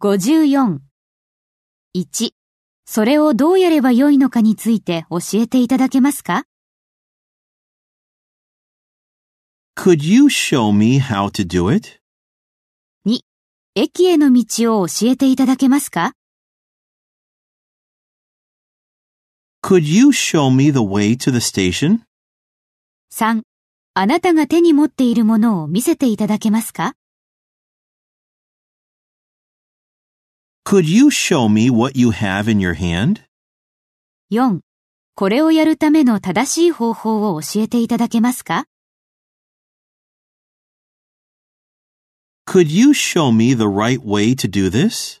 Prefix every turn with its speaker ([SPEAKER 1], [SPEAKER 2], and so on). [SPEAKER 1] 54.1. それをどうやればよいのかについて教えていただけますか
[SPEAKER 2] Could you show me how to do it?
[SPEAKER 1] 駅への道を教えていただけますか
[SPEAKER 2] Could you show me the way to the station?
[SPEAKER 1] 3. あなたが手に持っているものを見せていただけますか
[SPEAKER 2] Could you show me what you have in your hand?
[SPEAKER 1] 4. これをやるための正しい方法を教えていただけますか
[SPEAKER 2] Could you show me the right way to do this?